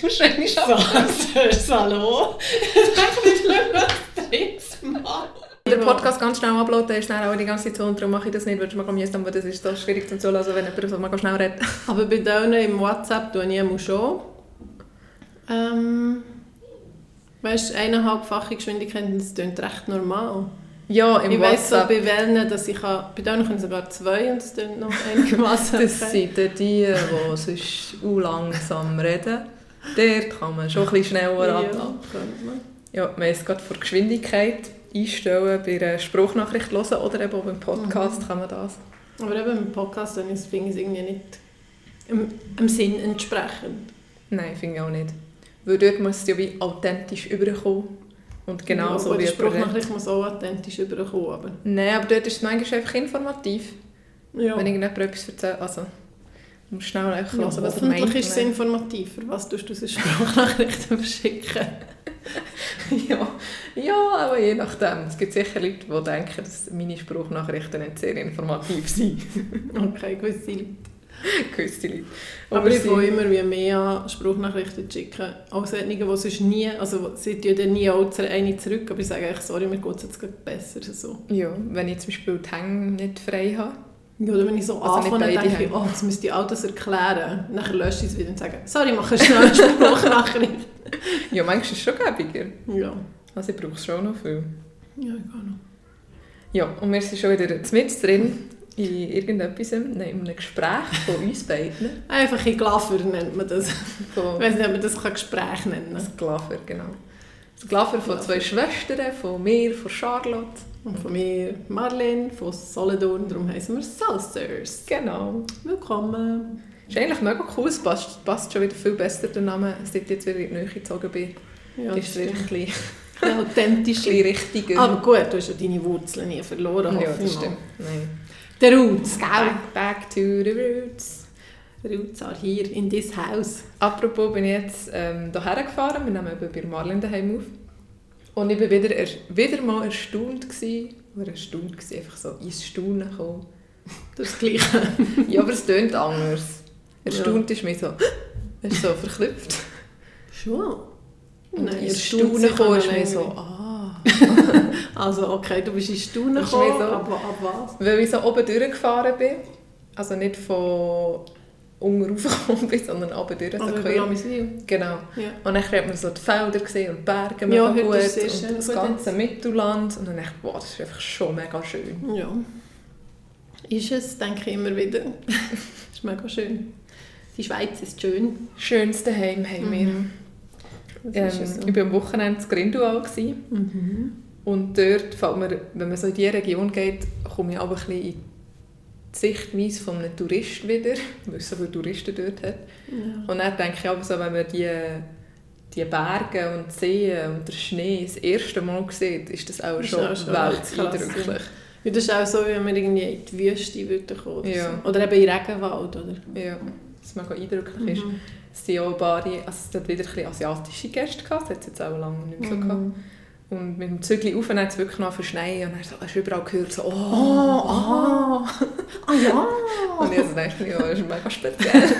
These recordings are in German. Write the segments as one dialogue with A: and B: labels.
A: wahrscheinlich schon.
B: Sonst, hallo? Sag nicht nur was trinkst, Mann.
A: Wenn der Podcast ganz schnell uploaden, ist dann auch die ganze Zeit so und darum mache ich das nicht, weil ich mir müssen, aber das ist so schwierig zum Zuhören, wenn jemand so mal schnell redet.
C: Aber bei denen im WhatsApp tue ich immer schon. Ähm, weißt du, eineinhalbfache Geschwindigkeit, das klingt recht normal.
A: Ja, im
C: ich weiss so
A: WhatsApp.
C: bei welchen, dass ich kann, bei denen können sogar zwei und es klingt noch einigermaßen
A: das
C: okay.
A: sind die, die sonst u langsam reden. Der kann man schon ein bisschen schneller
C: Ja,
A: ab.
C: könnte man.
A: Ja, wir haben es gerade vor Geschwindigkeit einstellen, bei einer Spruchnachricht hören oder eben auch beim
C: Mhm.
A: Podcast kann man das.
C: Aber eben im Podcast dann ist- finde ich es irgendwie nicht im, im Sinn entsprechend.
A: Nein, finde ich auch nicht. Weil dort muss es ja wie authentisch überkommen. Und genau
C: ja,
A: so
C: aber
A: wie
C: die
A: jemand redet.
C: Spruchnachricht muss auch authentisch überkommen. Aber,
A: Nein, aber dort ist es manchmal einfach informativ.
C: ja.
A: Wenn irgendjemand etwas erzählt, also... Du musst schnell einfach hören, was er meint.
C: hoffentlich also ist es informativer. Was tust du so Sprachnachrichten verschicken?
A: ja. ja, aber je nachdem. Es gibt sicher Leute, die denken, dass meine Spruchnachrichten nicht sehr informativ sind.
C: Okay, gewisse Leute.
A: Gewisse Leute.
C: Aber ich
A: sie-
C: fange immer wie mehr an, Sprachnachrichten zu schicken. Auch solche, die sonst nie, also sie tun dann nie auch zur- eine zurück, aber ich sage eigentlich, sorry, mir geht es jetzt gerade besser. So.
A: Ja, wenn ich zum Beispiel die Hänge nicht frei habe.
C: Ja, Oder wenn ich so
A: Also nicht
C: anfange,
A: beide
C: denke ich,
A: haben.
C: oh, jetzt müsste ich all das erklären. Nachher lösche ich es wieder und sage, sorry, mach schnell eine Sprachnachricht.
A: Ja, manchmal ist es schon gäbiger.
C: ja.
A: Also ich brauche es schon noch viel.
C: Ja, ich kann noch.
A: Ja, und wir sind schon wieder mit drin in irgendetwas, nein, in einem Gespräch von uns beiden.
C: Einfach ein Glaffer nennt man das. Ich
A: Von
C: weiß nicht, ob man das kann Gespräch nennen kann.
A: das Glafer, genau. Das Glafer von zwei Schwestern, von mir, von Charlotte.
C: Und von mir Marlene von Solothurn, darum heißen wir Salsers.
A: Genau.
C: Willkommen.
A: Ist eigentlich mega cool, es passt, passt schon wieder viel besser, der Name, seit ich jetzt wieder in die Nähe gezogen bin.
C: Ja,
A: ist es wieder ein bisschen,
C: Ja,
A: ein
C: authentisch.
A: bisschen richtiger.
C: Aber gut, du hast ja deine Wurzeln nie verloren,
A: Genau. ja,
C: hoffe ich
A: das
C: mal.
A: stimmt. Nein.
C: Der Roots, gell?
A: Back, back to the roots.
C: Roots are hier in this house.
A: Apropos bin ich jetzt ähm, hierher gefahren, wir nehmen eben bei Marlin daheim auf. Und ich war wieder, er- wieder mal erstaunt, gewesen, oder erstaunt gewesen, einfach so ins Staunen gekommen.
C: Das ist das Gleiche.
A: Ja, aber es tönt anders. Erstaunt ist mir so, es ist so verknüpft.
C: Schon? Nein,
A: ins
C: erstaunt
A: Staunen
C: sich
A: gekommen
C: auch
A: ist mir
C: länger.
A: so, ah.
C: Also okay, du bist in Staunen
A: Das ist mir
C: gekommen,
A: so.
C: aber ab was?
A: Weil ich so oben durchgefahren bin, also nicht von unten raufgekommen bin, sondern oben durch.
C: Also
A: so
C: über
A: quer.
C: Lamiswil.
A: Genau.
C: Ja.
A: Und dann hat man so die Felder gesehen und die Berge mega
C: Ja, heute
A: gut
C: ist es sehr
A: und das
C: schön.
A: ganze Mittelland. Und dann dachte ich, boah, das ist einfach schon mega schön.
C: Ja. Ist es, denke ich immer wieder. ist mega schön. Die Schweiz ist schön.
A: Schönes Heim haben wir.
C: Mhm, Das ist
A: Ähm,
C: es so. Mhm.
A: Ich war am Wochenende in Grindelwald. gewesen. Und dort fällt mir, wenn man so in diese Region geht, komme ich auch ein bisschen in die Sichtweise von einem Tourist wieder, weil es so viele Touristen dort hat.
C: Ja.
A: Und dann denke ich aber so, wenn man die, die Berge und Seen und den Schnee das erste Mal sieht, ist das auch
C: Ist
A: schon
C: auch schon echt krass,
A: welteindrücklich.
C: Ja, das ist auch so, wenn man irgendwie in die Wüste würde kommen oder
A: Ja.
C: so. Oder eben in Regenwald, oder?
A: Ja, dass es mega eindrücklich
C: Mhm.
A: ist. Es sind auch ein paar, also es hat wieder ein bisschen asiatische Gäste gehabt, das hat es jetzt auch lange nicht mehr so
C: Mhm.
A: gehabt. Und mit dem Zügli rauf hat es wirklich noch verschneien und dann so, hast du überall gehört, so «Oh, ah!»
C: Ah, ah ja!
A: Und ich also dachte, ja, das ist mega speziell.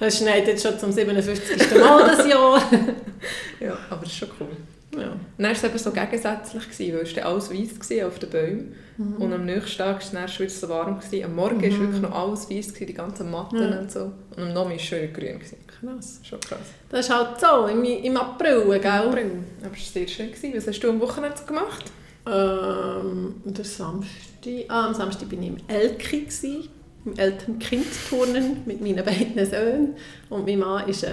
C: Es schneit jetzt schon zum 57. Mal das Jahr.
A: ja, aber es ist schon cool.
C: Ja.
A: Und dann war es eben so gegensätzlich, gewesen, weil es dann alles weiß war auf den Bäumen. Und am nächsten Tag war es dann schon wieder so warm. Gewesen. Am Morgen war wirklich noch alles weiß, gewesen, die ganzen Matten
C: Ja.
A: und so. Und am Nachmittag war es schön grün. Gewesen.
C: Krass.
A: Schon krass.
C: Das ist halt so, im, im April, gell?
A: April. Aber es war sehr schön. Gewesen. Was hast du am Wochenende so gemacht?
C: Ähm, der Samstag. Ah, am Samstag war ich im Elki. gsi, Im Eltern-Kind-Turnen mit meinen beiden Söhnen. Und mein Mann ist äh,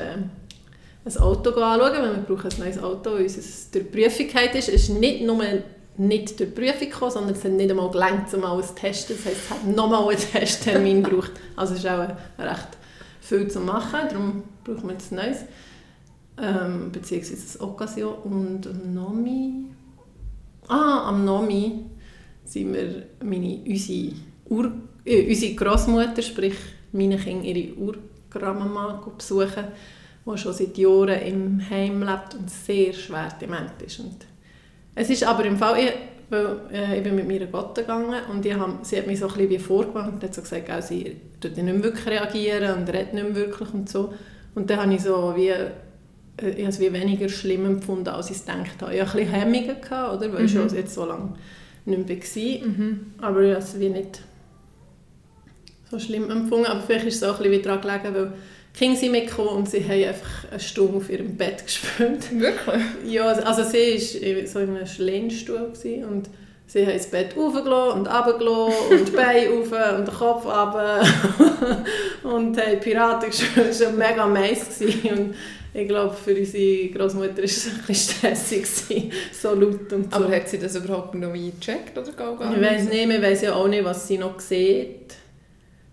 C: ein Auto anschauen, weil wir brauchen ein neues Auto, weil es durch die Prüfung heute ist. Es ist nicht nur nicht durch die Prüfung gekommen, sondern es hat nicht einmal gelangt, um alles zu testen. Das heisst, es hat nochmal einen Testtermin gebraucht. Also es ist auch äh, recht viel zu machen, darum braucht man jetzt ein neues. Ähm, beziehungsweise das Occasion und am Nomi Ah, am Nomi sind wir meine, unsere, Ur, äh, unsere Großmutter, sprich meine Kinder, ihre Urgrandmama besuchen, die schon seit Jahren im Heim lebt und sehr schwer dement ist. Und es ist aber im Fall, ich, weil, äh, ich bin mit meiner Gotte gegangen und ich hab, sie hat mich so ein bisschen wie vorgewarnt und hat so gesagt, auch, sie tut nicht mehr wirklich reagieren und redet nicht mehr wirklich und so. Und dann habe ich so wie äh, ich habe es wie weniger schlimm empfunden, als ich es gedacht habe. Ich hatte ein bisschen Hemmungen, gehabt, oder? weil ich
A: Mhm.
C: schon jetzt so lange nicht mehr war.
A: Mhm.
C: Aber ich habe es wie nicht so schlimm empfunden. Aber vielleicht ist es auch ein bisschen wie daran gelegen, weil die Kinder sind mitgekommen und sie haben einfach eine Stunde auf ihrem Bett gespielt.
A: Wirklich?
C: Ja, also sie war so in einem Lehnstuhl gewesen und sie haben das Bett hochgelassen und runtergelassen und die Beine rauf und den Kopf runter und haben Piraten gespielt. Das war mega nice. gewesen. Und ich glaube, für unsere Großmutter war es ein bisschen stressig, gewesen, so laut und so.
A: Aber hat sie das überhaupt noch eingecheckt oder gar gar
C: Ich weiß nicht, man weiß ja auch nicht, was sie noch sieht.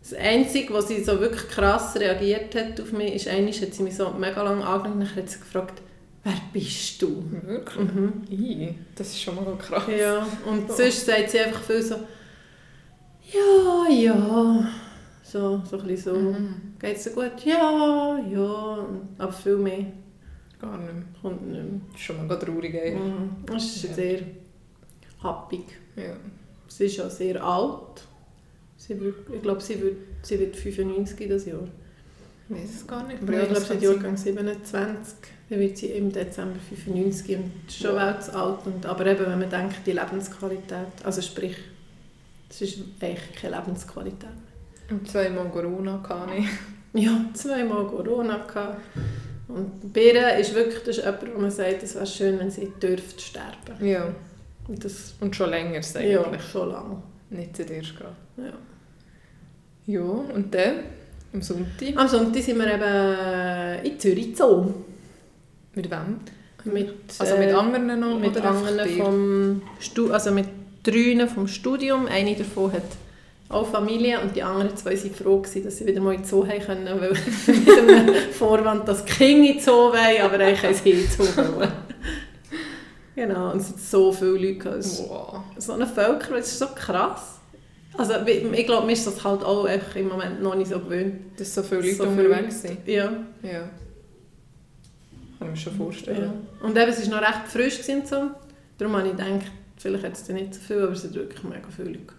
C: Das Einzige, was sie so wirklich krass reagiert hat auf mich, ist, einmal hat sie mich so mega lange angeschaut und dann hat sie gefragt, wer bist du?
A: Wirklich?
C: Mhm.
A: Ih, das ist schon mal krass.
C: Ja, und sonst sagt sie einfach viel so, ja, ja, so, so ein bisschen so,
A: Mhm.
C: geht's dir gut? Ja, ja, aber viel mehr
A: Gar nicht mehr.
C: kommt nicht mehr.
A: Das ist schon mal traurig. ey.
C: Mhm. Das ist
A: Ja.
C: sehr happig.
A: Ja.
C: Sie ist ja sehr alt. Sie wird, ich glaube, sie wird, sie wird 95 das Jahr.
A: Ich weiß es gar nicht.
C: Aber
A: mehr.
C: ich glaube, sie
A: Das
C: hat Jahrgang 27. Dann wird sie im Dezember 95 und ist schon
A: Ja.
C: wow. alt. Und, aber eben, wenn man denkt, die Lebensqualität, also sprich, es ist eigentlich keine Lebensqualität.
A: Und zweimal Corona ne? kann ich.
C: Ja, zweimal Corona gehabt. Und Birne ist wirklich das ist jemand, wo man sagt, es wäre schön, wenn sie dürfte sterben.
A: Ja.
C: Und das
A: Und schon länger ist es eigentlich.
C: ja, schon lange.
A: Nicht seit erst gerade.
C: Ja.
A: Ja, und dann? Am Sonntag?
C: Am Sonntag sind wir eben in Zürich Zoo.
A: Mit wem?
C: Mit, äh,
A: Also mit anderen noch?
C: mit
A: oder einfach
C: anderen
A: dir?
C: vom Stu also mit dreien vom Studium. Eine davon hat auch Familie und die anderen zwei waren froh, gewesen, dass sie wieder mal in den Zoo haben können, weil mit einem Vorwand, dass die Kinder in den Zoo wollen, aber eigentlich haben sie in den Zoo wollen. Genau, und es sind so viele Leute. gehabt. Es ist
A: Wow.
C: So eine Völker, das ist so krass. Also ich ich glaube, mir ist das halt auch einfach im Moment noch nicht so gewöhnt.
A: Dass so viele Leute
C: So viele
A: unterwegs sind.
C: Ja.
A: Ja. Kann ich mir schon vorstellen.
C: Ja. Und eben, es war noch recht frisch. gewesen und So. Darum habe ich gedacht, vielleicht hat es da nicht so viel, aber es sind wirklich mega viele Leute.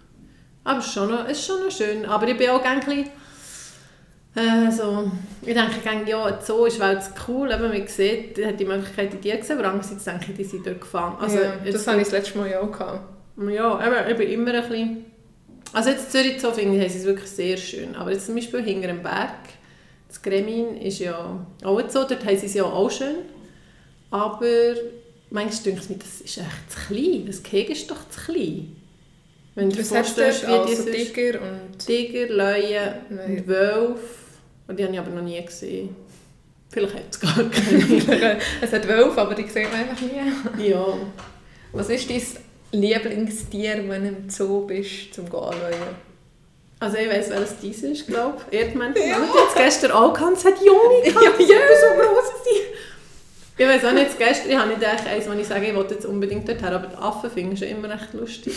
C: Aber es ist schon noch, es ist schon noch schön. Aber ich bin auch gerne ein bisschen, äh, so, ich denke gerne, ja, ein Zoo ist Welt cool, eben, man sieht, man hat die Möglichkeit in dir gesehen, aber andererseits denke ich, die sind dort gefangen. Also,
A: ja, das
C: jetzt-
A: hatte ich das letzte Mal ja auch. Gehabt.
C: ja, aber ich bin immer ein bisschen... Also jetzt Zürich Zoo finde ich, haben sie es wirklich sehr schön. Aber jetzt zum Beispiel hinter dem Berg, das Gremin ist ja auch so, dort haben sie es ja auch schön. Aber manchmal denke ich mir, das ist echt zu klein, das Gehege ist doch zu klein. Wenn du dir
A: Was hat's
C: vorstellst,
A: dort?
C: wie die
A: also
C: sonst-
A: Tiger und...
C: Tiger, Löwen
A: Löwen.
C: und Wölfe, Und die habe ich aber noch nie gesehen. Vielleicht hat es gar keine.
A: es hat Wölfe, aber die sieht man einfach nie.
C: ja.
A: Was ist dein Lieblingstier, wenn du im Zoo bist, zum gehen anschauen?
C: Also ich weiss, welches dies ist, glaube ich. Erdmännchen.
A: Ja.
C: Ja. Und jetzt gestern auch gehabt, es hat junge gehabt.
A: Ja, ja.
C: Das ist so gross. Ich weiss auch nicht, gestern, ich habe nicht echt eins, wo ich sage, ich will jetzt unbedingt dorthin, aber die Affen finde ich schon immer recht lustig.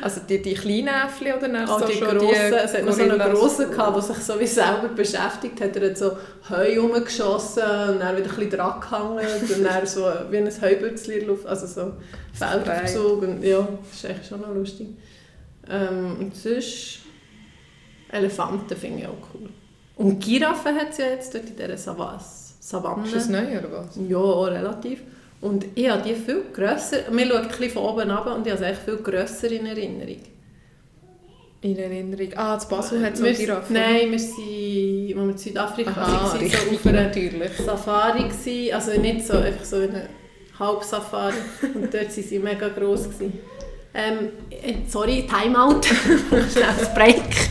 A: Also die, die kleinen Äffchen oder dann
C: Auch
A: so
C: Ah, die
A: schon
C: grossen, es hat noch so einen
A: Gorillas?
C: grossen gehabt, der sich so wie selber beschäftigt hat. Er hat so Heu rumgeschossen und dann wieder ein bisschen dran gehangen und dann so wie ein Heubürzchen in der Luft, also so Feldaufzug. Und, ja, das ist eigentlich schon noch lustig. Ähm, und sonst... Elefanten finde ich auch cool. Und Giraffen hat es ja jetzt dort in dieser Savass. Savanne.
A: Ist das neu oder was?
C: Ja, auch relativ. Und ich habe die viel grösser... Wir schauen ein bisschen von oben ab und ich habe sie eigentlich viel grösser in Erinnerung.
A: In Erinnerung. Ah, zu Basel hat es
C: Wir-
A: auch Giraffen. ne?
C: Nein, wir waren, als wir in Südafrika
A: Aha,
C: waren,
A: richtig,
C: so auf einer
A: natürlich.
C: Safari, gewesen. also nicht so, einfach so eine Halbsafari und dort waren sie mega gross. Gewesen. Ähm, äh, sorry, Timeout, schnelles Break.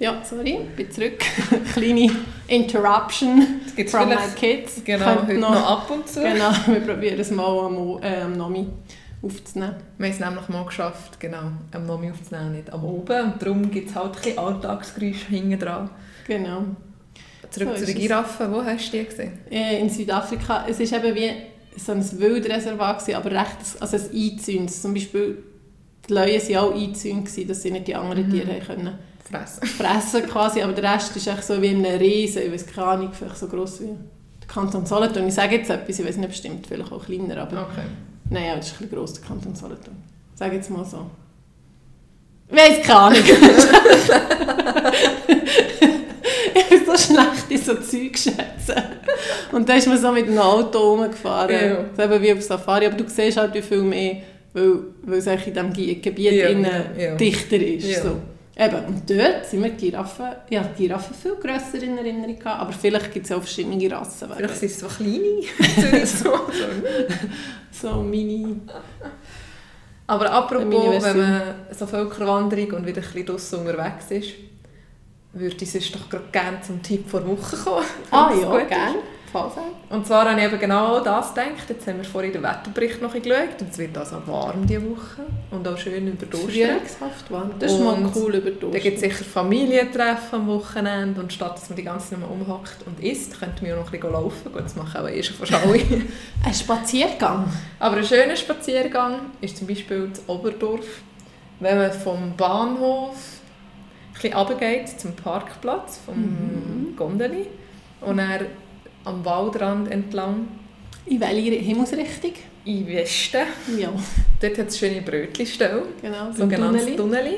C: Ja, sorry, bin zurück. Kleine Interruption
A: Das gibt es
C: from my
A: vielleicht
C: kids.
A: genau,
C: Könnt
A: heute noch. ab und zu.
C: Genau, wir probieren es mal am, Mo- äh, am Nomi aufzunehmen.
A: Wir haben es nämlich mal geschafft, genau, am Nomi aufzunehmen, nicht am Oben. Und darum gibt es halt ein bisschen Alltagsgeräusche hinten dran.
C: Genau.
A: Zurück
C: So
A: zu
C: ist
A: den
C: es.
A: Giraffen. Wo hast du die gesehen?
C: äh, in Südafrika, es ist eben wie so ein Wildreservat, gewesen, aber recht also ein Einzäunes. Zum Beispiel die Löwen waren auch eingezäunt, gewesen, dass sie nicht die anderen
A: Mhm.
C: Tiere haben können
A: Fressen.
C: fressen quasi, aber der Rest ist echt so wie in einem Riesen, ich weiß keine Ahnung, vielleicht so gross wie der Kanton Solothurn. Ich sage jetzt etwas, ich weiß nicht bestimmt, vielleicht auch kleiner, aber
A: Okay.
C: nein, ja, das ist ein bisschen gross, der Kanton Solothurn. Ich Sage jetzt mal so. Weiß keine Ahnung. ich bin so schlecht in so Zeug schätzen. Und dann ist man so mit dem Auto rumgefahren.
A: Ja.
C: So eben wie auf Safari. Aber du siehst halt, wie viel mehr, weil, weil es eigentlich in diesem Ge- Gebiet
A: Ja,
C: innen
A: ja, ja.
C: dichter ist.
A: Ja.
C: So. Eben, und dort sind wir die Giraffen, ja, die Giraffen viel grösser in Erinnerung gehabt, aber vielleicht gibt es auch verschiedene Rassen. wegen-
A: Vielleicht sind es so kleine. so.
C: So mini...
A: Aber
C: Meine
A: apropos,
C: Version.
A: wenn man so Völkerwanderung und wieder ein bisschen draussen unterwegs ist, würde ich sonst doch gerade gerne zum Tipp vor Woche kommen.
C: Ah
A: Wenn's gut
C: ja,
A: ist.
C: gerne. Falls auch.
A: Und zwar habe ich eben genau das gedacht. Jetzt haben wir vorhin den Wetterbericht noch ein bisschen geschaut. Und es wird also warm diese Woche. Und auch schön über die Ostern.
C: Frühlingshaft warm. Das ist mal
A: Und
C: cool über die
A: Dann
C: Ostern.
A: gibt es sicher Familientreffen am Wochenende. Und statt dass man die ganze Zeit nur umhackt und isst, könnte man ja noch ein bisschen laufen. Gut, das machen aber eh schon fast alle.
C: Ein Spaziergang.
A: Aber ein schöner Spaziergang ist zum Beispiel das Oberdorf. Wenn man vom Bahnhof ein bisschen runtergeht zum Parkplatz, vom
C: Mhm.
A: Gondeli, und dann am Waldrand entlang
C: In welcher Himmelsrichtung?
A: in Westen,
C: Ja,
A: dort hat es schöne Brötchenstelle,
C: genau. beim Tunneli.
A: sogenanntes Tunneli.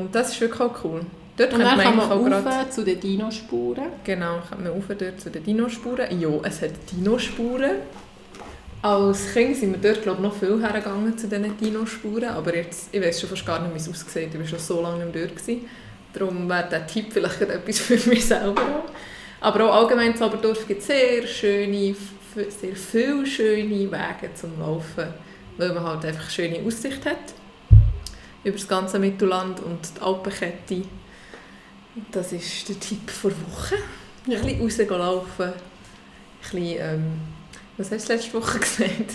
A: Und das ist wirklich auch cool. Dort
C: Und dann kann man
A: auch
C: rauf
A: grad-
C: zu den Dinospuren.
A: Genau, kommt man rauf dort zu den Dinospuren. Ja, es hat Dinospuren. Als Kind sind wir dort glaub, ich, noch viel hergegangen zu diesen Dinospuren, aber jetzt, ich weiß schon fast gar nicht, wie es aussieht, ich war schon so lange nicht mehr dort. Gewesen. Darum wäre dieser Tipp vielleicht gerade etwas für mich selber auch. Aber auch allgemein in Aberdorf gibt es sehr schöne, f- sehr viele schöne Wege zum Laufen, weil man halt einfach schöne Aussicht hat über das ganze Mittelland und die Alpenkette. Das ist der Tipp vor Woche.
C: Ja.
A: Ein bisschen rausgelaufen. Ein bisschen, ähm, was hast du letzte Woche gesagt?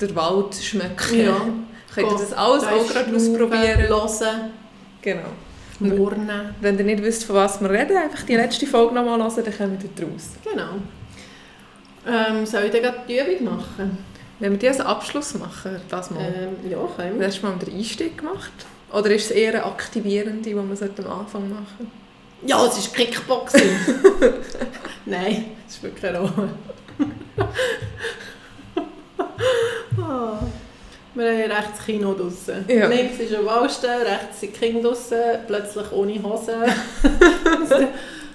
A: Der Wald schmecken.
C: Ja.
A: Könnt ihr das alles
C: Da
A: auch
C: ist
A: gerade
C: schnaufen,
A: ausprobieren?
C: Hören,
A: Genau.
C: murren.
A: Wenn ihr nicht wisst, von was wir reden, einfach die letzte Folge nochmal hören, dann kommen wir dort raus.
C: Genau. Ähm, soll ich dann gerade die Übung machen?
A: Wenn wir die als Abschluss machen, das mal.
C: Ähm, ja, können wir.
A: Hast du mal den Einstieg gemacht? Oder ist es eher eine aktivierende, die man sollte am Anfang machen sollte?
C: Ja, es ist Kickboxing. Nein, es spielt keine Rolle. Ah, Wir haben ja rechts Kino draussen.
A: Ja.
C: Links ist ein Wallstall, rechts sind die Kinder draussen, plötzlich ohne Hose.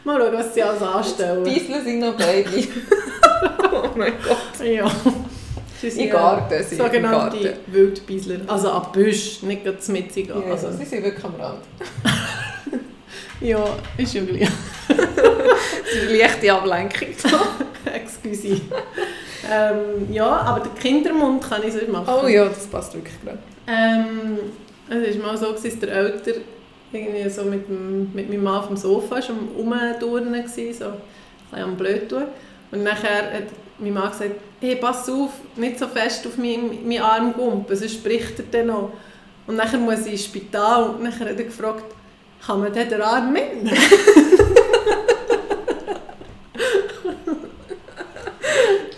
C: Mal schauen, was sie alles anstellen.
A: Diesel sind noch beide. oh mein Gott. genau
C: Ja. Sie sind
A: Im Garten sind im
C: Sogenannte
A: Garten.
C: Wildbeisler. Also am Büsch, nicht gerade mitten
A: Ja,
C: gehen. Also,
A: sie sind wirklich am Rand.
C: ja, ist ja gleich.
A: Das ist eine leichte Ablenkung.
C: Excuse. ähm, ja, aber den Kindermund kann ich sonst machen.
A: Oh ja, das passt wirklich gerade.
C: Ähm, es war mal so, gewesen, dass der Älter irgendwie so mit, dem, mit meinem Mann auf dem Sofa war, am Rumturnen, war, so ein bisschen am blöd tun. Und nachher hat mein Mann gesagt, hey, pass auf, nicht so fest auf meinen meinen Arm gumpen, sonst bricht er dann noch. Und nachher muss ich ins Spital und nachher hat er gefragt, kann man denn den Arm mitnehmen?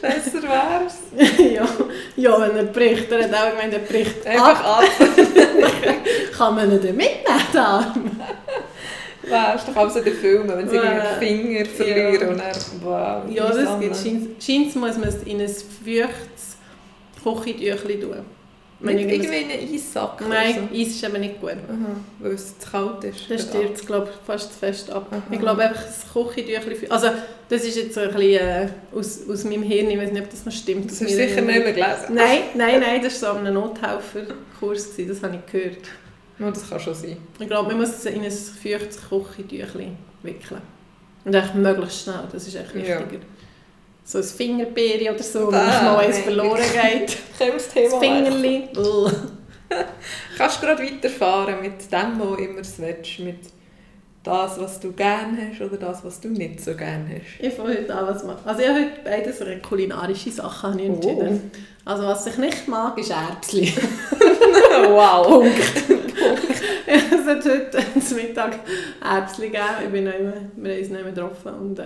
A: Besser wär's.
C: ja. ja, wenn er bricht, er hat auch gemeint, er bricht
A: Einfach
C: ab,
A: ab.
C: kann man ihn dann mitnehmen, den Arm?
A: Weißt du, kannst du den Film, wenn sie
C: Ja.
A: ihren Finger verlieren und dann... Wow,
C: Ja, das
A: einsam.
C: geht. Scheint scheint's muss man es in ein feuchtes Kochtüchli tun. Wenn
A: Nicht
C: ich
A: irgendwie in einen Eissack oder
C: Nein, Eis ist eben nicht gut.
A: so. Aha, weil es zu kalt ist.
C: Dann stirbt es, glaube ich, fast zu fest ab.
A: Aha.
C: Ich glaube, einfach das Kochtüchli... für- Also, das ist jetzt so ein bisschen äh, aus, aus meinem Hirn. Ich weiß nicht, ob das noch stimmt.
A: Das hast du sicher nicht mehr gelesen.
C: Nein, nein, nein, das war so ein Nothelferkurs. gewesen, Das habe ich gehört.
A: Nur Oh, das kann schon sein.
C: Ich glaube, man muss es in ein feuchtes Kochtüchli wickeln. Und echt möglichst schnell, das ist echt
A: Ja.
C: wichtiger. So ein Fingerbeere oder so, wenn
A: Ah,
C: mal eins
A: nein.
C: verloren geht.
A: Können wir das
C: Das
A: Thema wechseln?
C: Fingerli. Ugh.
A: kannst du gerade weiterfahren mit dem, wo immer es willst, mit das, was du gerne hast oder das, was du nicht so gerne hast.
C: Ich fange heute an, was machen. Also ich habe heute beides eine kulinarische Sachen habe ich
A: Oh.
C: entschieden. Also was ich nicht mag, ist Erbsli.
A: wow!
C: es hat heute zum Mittag Erbsli gegeben. Ich bin nicht mehr, wir haben uns nicht mehr getroffen. Und, äh,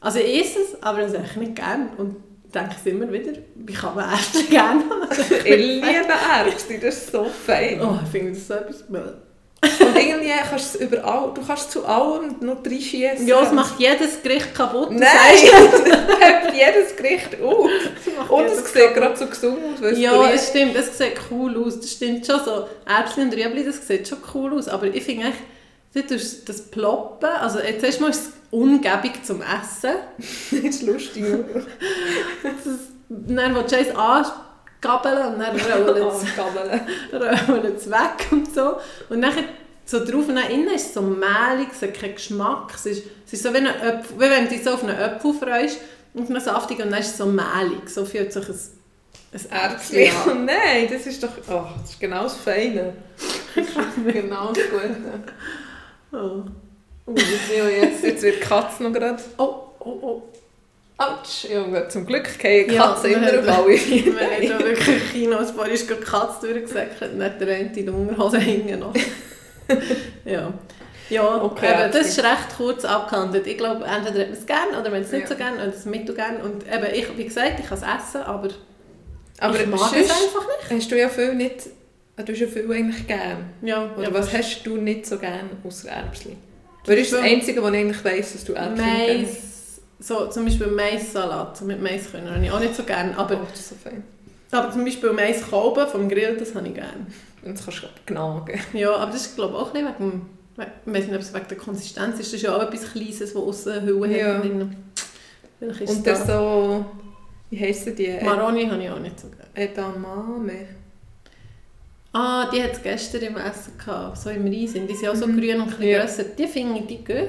C: also ich esse es, aber das esse ich nicht gerne. Und denke es immer wieder, wie kann man Erbsli gerne haben?
A: Ich liebe Erbsen, das ist so fein.
C: Oh, ich finde das so etwas... blöd.
A: Und irgendwie kannst du es überall, du kannst zu allem noch reinschiessen.
C: Ja, es macht jedes Gericht kaputt.
A: Nein! Es hebt jedes Gericht auf. Und
C: jedes
A: es sieht gerade so gesund aus, weil es
C: Ja,
A: püriert
C: es stimmt, es sieht cool aus. Das stimmt schon so. Erbsen und Rüebli, das sieht schon cool aus. Aber ich finde echt, du tust das Ploppen, also jetzt erstmal ist es ungebig zum Essen.
A: das ist lustig.
C: Das ist, dann willst du eins angabeln und dann
A: Oh.
C: rollt
A: Angabbeln.
C: es weg und so. Und dann so drauf und dann innen ist es so mehlig, es hat keinen Geschmack. Es ist, es ist so wie, ein Öpfel, wie wenn du dich so auf einen Apfel freust und dann saftig und dann ist es so mehlig. So fühlt sich ein, ein Erbsli
A: Ja.
C: an.
A: Oh, Nein, das ist doch... Oh, das ist genau das Feine. genau das Gute.
C: Oh.
A: Uh, das will ich jetzt. jetzt wird die Katze noch gerade...
C: oh, oh, oh.
A: Autsch. Ja, gut, zum Glück gehen
C: Ja,
A: Katzen
C: wir
A: immer auf
C: haben-
A: alle.
C: Wir haben da wirklich Kinos, vorhin ist gerade die Katze durchgesackt und dann der eine in der Unterhose hingen noch. ja. Ja,
A: Okay,
C: eben, das
A: herzlich.
C: ist recht kurz abgehandelt. Ich glaube, entweder hat man es gerne oder man hat es nicht
A: Ja.
C: so gerne oder es mittel gerne. Und eben, ich, wie gesagt, ich kann es essen, aber,
A: Aber
C: ich mag es
A: sonst
C: einfach nicht.
A: hast du ja viel nicht... Du hast ja viel eigentlich gern.
C: Ja,
A: Oder
C: ja,
A: was hast du nicht so gern außer Erbsli? Das ist das
C: Beispiel-
A: Einzige, was ich eigentlich weiss, dass du Erbsli nicht
C: Mais, so, zum Beispiel Maissalat, so mit Mais können habe ich auch nicht so gerne.
A: aber
C: Aber,
A: oh, das ist so fein.
C: aber zum Beispiel Maiskolben vom Grill, das habe ich gerne.
A: Und das kannst du gnagen.
C: Ja, aber das ist glaube ich auch ein bisschen wegen, dem- we- ich weiss nicht, ob es wegen der Konsistenz ist, das ist ja auch etwas Kleines, das aussen eine Hülle
A: Ja.
C: hat. und innen- Vielleicht ist
A: Und
C: es
A: das äh,
C: da.
A: so... Wie heissen die?
C: Maroni habe ich auch nicht so gerne.
A: Edamame.
C: Ah, die hat es gestern im Essen gehabt, so im Riesen. Die sind auch so
A: Mhm.
C: grün und ein bisschen
A: Ja.
C: grösser. Die finde ich, die gehen.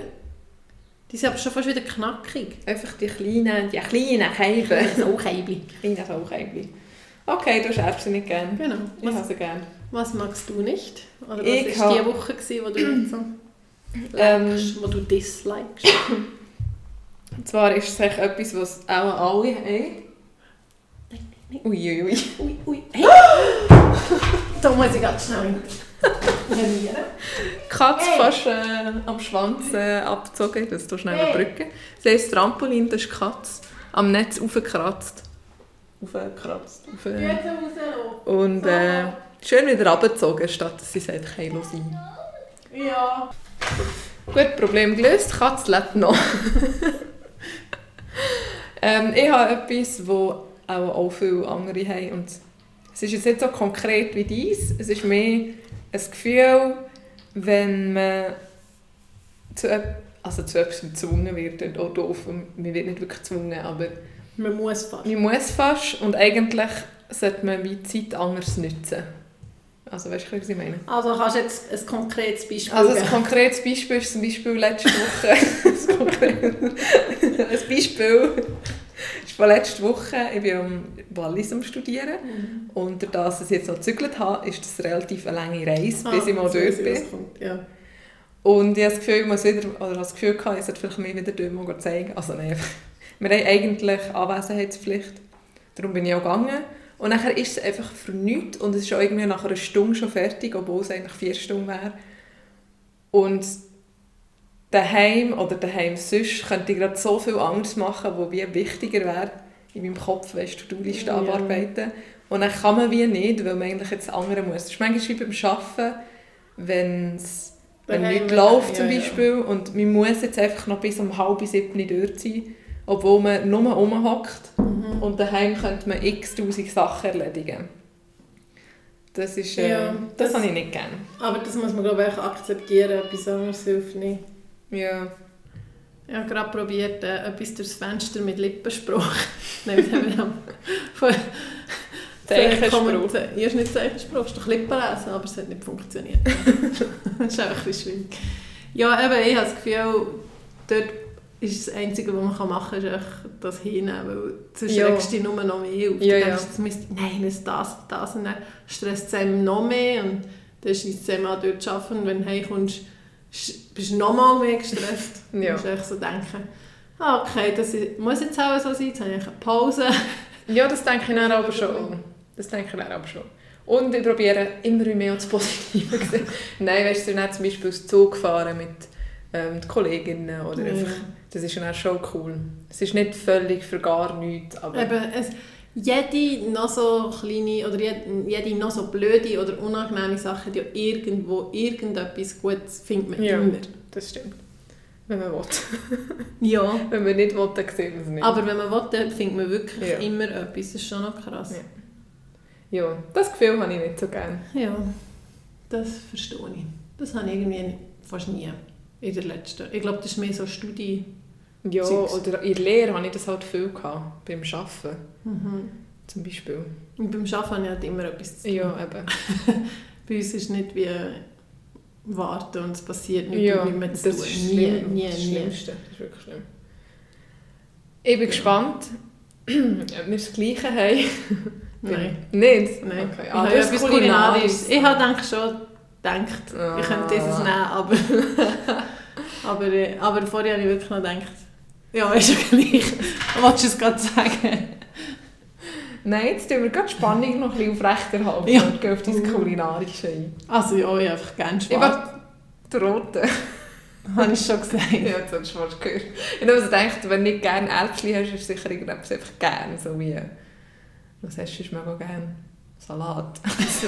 C: Die sind aber schon fast wieder knackig.
A: Einfach die kleinen, die kleinen Keiben.
C: Sauchäibli.
A: Kleinen Saucheiben. Okay, du hast Erbsen nicht gern.
C: Genau.
A: Ich
C: Was,
A: habe sie gern.
C: was magst du nicht? Oder was
A: Ich
C: ich war die
A: hab-
C: Woche, gewesen, wo du nicht so
A: Ähm.
C: likest, wo du dislikest?
A: Und zwar ist es echt etwas, was auch alle haben.
C: Nein, nein,
A: Uiuiui.
C: nein. Ui, ui. Hey! da muss ich ganz schnell revieren.
A: Katze
C: Hey.
A: fast äh, am Schwanz äh, abgezogen, das du schnell
C: Hey.
A: überbrücken. Sie ist das Trampolin, das ist die Katze, am Netz aufgekratzt. Aufgekratzt. Auf, äh, und äh, schön wieder abgezogen, statt dass sie sagt, hey, los rein.
C: Ja.
A: Gut, Problem gelöst, die Katze lebt noch. ähm, ich habe etwas, das auch, auch viele andere haben. Und es ist jetzt nicht so konkret wie dies. Es ist mehr ein Gefühl, wenn man zu, ep- also zu etwas gezwungen wird. Und auch doof, man wird nicht wirklich gezwungen, aber
C: Man muss fahren.
A: man muss fast. Und eigentlich sollte man wie die Zeit anders nutzen. Also weißt du, was ich meine?
C: Also kannst du jetzt ein konkretes Beispiel
A: Also ein
C: geben?
A: konkretes Beispiel ist zum Beispiel letzte Woche. ein konkret- ein Beispiel ist von letzter Woche. Ich bin am Wallis am Studieren.
C: Mhm.
A: Und dadurch, dass ich jetzt noch gezügelt habe, ist das relativ eine lange Reise, bis ich mal
C: so
A: dort
C: ist es,
A: bin.
C: was kommt, Ja.
A: Und ich habe das Gefühl, ich muss wieder, oder habe das Gefühl gehabt, ich sollte vielleicht mehr wieder dort mal zeigen. Also nein, einfach- wir haben eigentlich Anwesenheitspflicht. Darum bin ich auch gegangen. Und nachher ist es einfach für nichts und es ist auch irgendwie nach einer Stunde schon fertig, obwohl es eigentlich vier Stunden wäre. Und daheim oder daheim sonst könnte ich gerade so viel anderes machen, wo wie wichtiger wäre in meinem Kopf, weißt du, du
C: Ja.
A: abarbeiten. Und dann kann man wie nicht, weil man eigentlich jetzt das andere muss. Das ist manchmal wie beim Arbeiten, wenn's wenn
C: Daheim,
A: nichts läuft
C: ja,
A: zum
C: ja.
A: Beispiel und man muss jetzt einfach noch bis um halb sieben nicht dort sein, obwohl man nur rumhockt
C: Mhm.
A: und daheim könnte man x tausend Sachen erledigen. Das ist, äh,
C: Ja,
A: das,
C: das-
A: habe ich nicht gerne.
C: Aber das muss man glaube ich auch akzeptieren, etwas anderes hilft nicht.
A: Ja.
C: Ich habe gerade probiert, äh, etwas durchs Fenster mit Lippenspruch. Nein, das haben wir am- von-
A: Zeichenspruch.
C: Kommen- Ja, ist nicht Zeichenspruch, ist doch Lippen lesen, aber es hat nicht funktioniert. das ist einfach ein bisschen schwierig. Ja, eben, ich habe das Gefühl, dort ist das Einzige, was man machen kann, ist einfach das hinnehmen, weil sonst
A: Ja.
C: regst du dich nur noch mehr auf.
A: Ja,
C: du
A: ja.
C: denkst, jetzt müsste, nein, ich muss das und das und dann stresst es einem noch mehr und dann ist es einem auch dort zu arbeiten und wenn du heimkommst, sch- bist du noch mal mehr gestresst.
A: Ja.
C: Du musst echt so denken, ah, okay, das ist, muss jetzt auch so sein, jetzt habe ich eine Pause.
A: ja, das denke ich dann aber schon. Das denke ich dann aber schon. Und ich probiere immer mehr das Positive zu sehen. Nein, weißt du, dann zum Beispiel das Zug fahren mit ähm, den Kolleginnen oder einfach, das ist dann schon cool. Es ist nicht völlig für gar nichts, aber...
C: Eben, es, jede noch so kleine oder jede, jede noch so blöde oder unangenehme Sache hat ja irgendwo irgendetwas Gutes, findet man
A: Ja.
C: immer.
A: Das stimmt. Wenn man will.
C: Ja.
A: Wenn man nicht will, dann sieht man es nicht.
C: Aber wenn man will, dann findet man wirklich
A: Ja.
C: immer etwas. Das ist schon noch krass.
A: ja, das Gefühl habe ich nicht so gerne.
C: Ja. das verstehe ich. Das habe ich irgendwie fast nie in der letzten. Ich glaube, das ist mehr so Studie,
A: Ja,
C: Zeugs.
A: oder in der Lehre hatte ich das halt viel, gehabt, beim Arbeiten
C: Mhm.
A: zum Beispiel.
C: Und beim Arbeiten habe ich halt immer etwas zu tun.
A: Ja, eben.
C: Bei uns ist nicht wie warten und es passiert nichts
A: Ja,
C: und nichts mehr
A: das
C: zu tun.
A: ist
C: nie,
A: schlimm.
C: nie,
A: das ist das
C: nie.
A: Schlimmste. Das ist wirklich schlimm. Ich bin gespannt, ob wir das Gleiche haben.
C: Nein,
A: Nicht?
C: nein.
A: Okay.
C: Ich
A: Ah,
C: habe
A: das
C: etwas
A: Kulinarisches.
C: Kulinarisches. Ich habe denke schon gedacht,
A: Ah.
C: ich könnte dieses nehmen, aber, aber, äh, aber vorher habe ich wirklich noch gedacht, ja, ist ja gleich. Wolltest du es gerade sagen?
A: Nein, jetzt tun wir gerade die Spannung noch ein bisschen aufrechterhalten
C: Ja.
A: und gehen auf dein Kulinarische ein.
C: Also oh ja, ich habe einfach gerne
A: Ich
C: Spaß.
A: war die Rote.
C: Habe ich schon gesagt.
A: ja, das hast du fast gehört. Ich habe mir so gedacht, wenn du nicht gerne Erbsen hast, ist sicher irgendetwas einfach gerne. So wie, was hast du sonst mega gerne? Salat. so.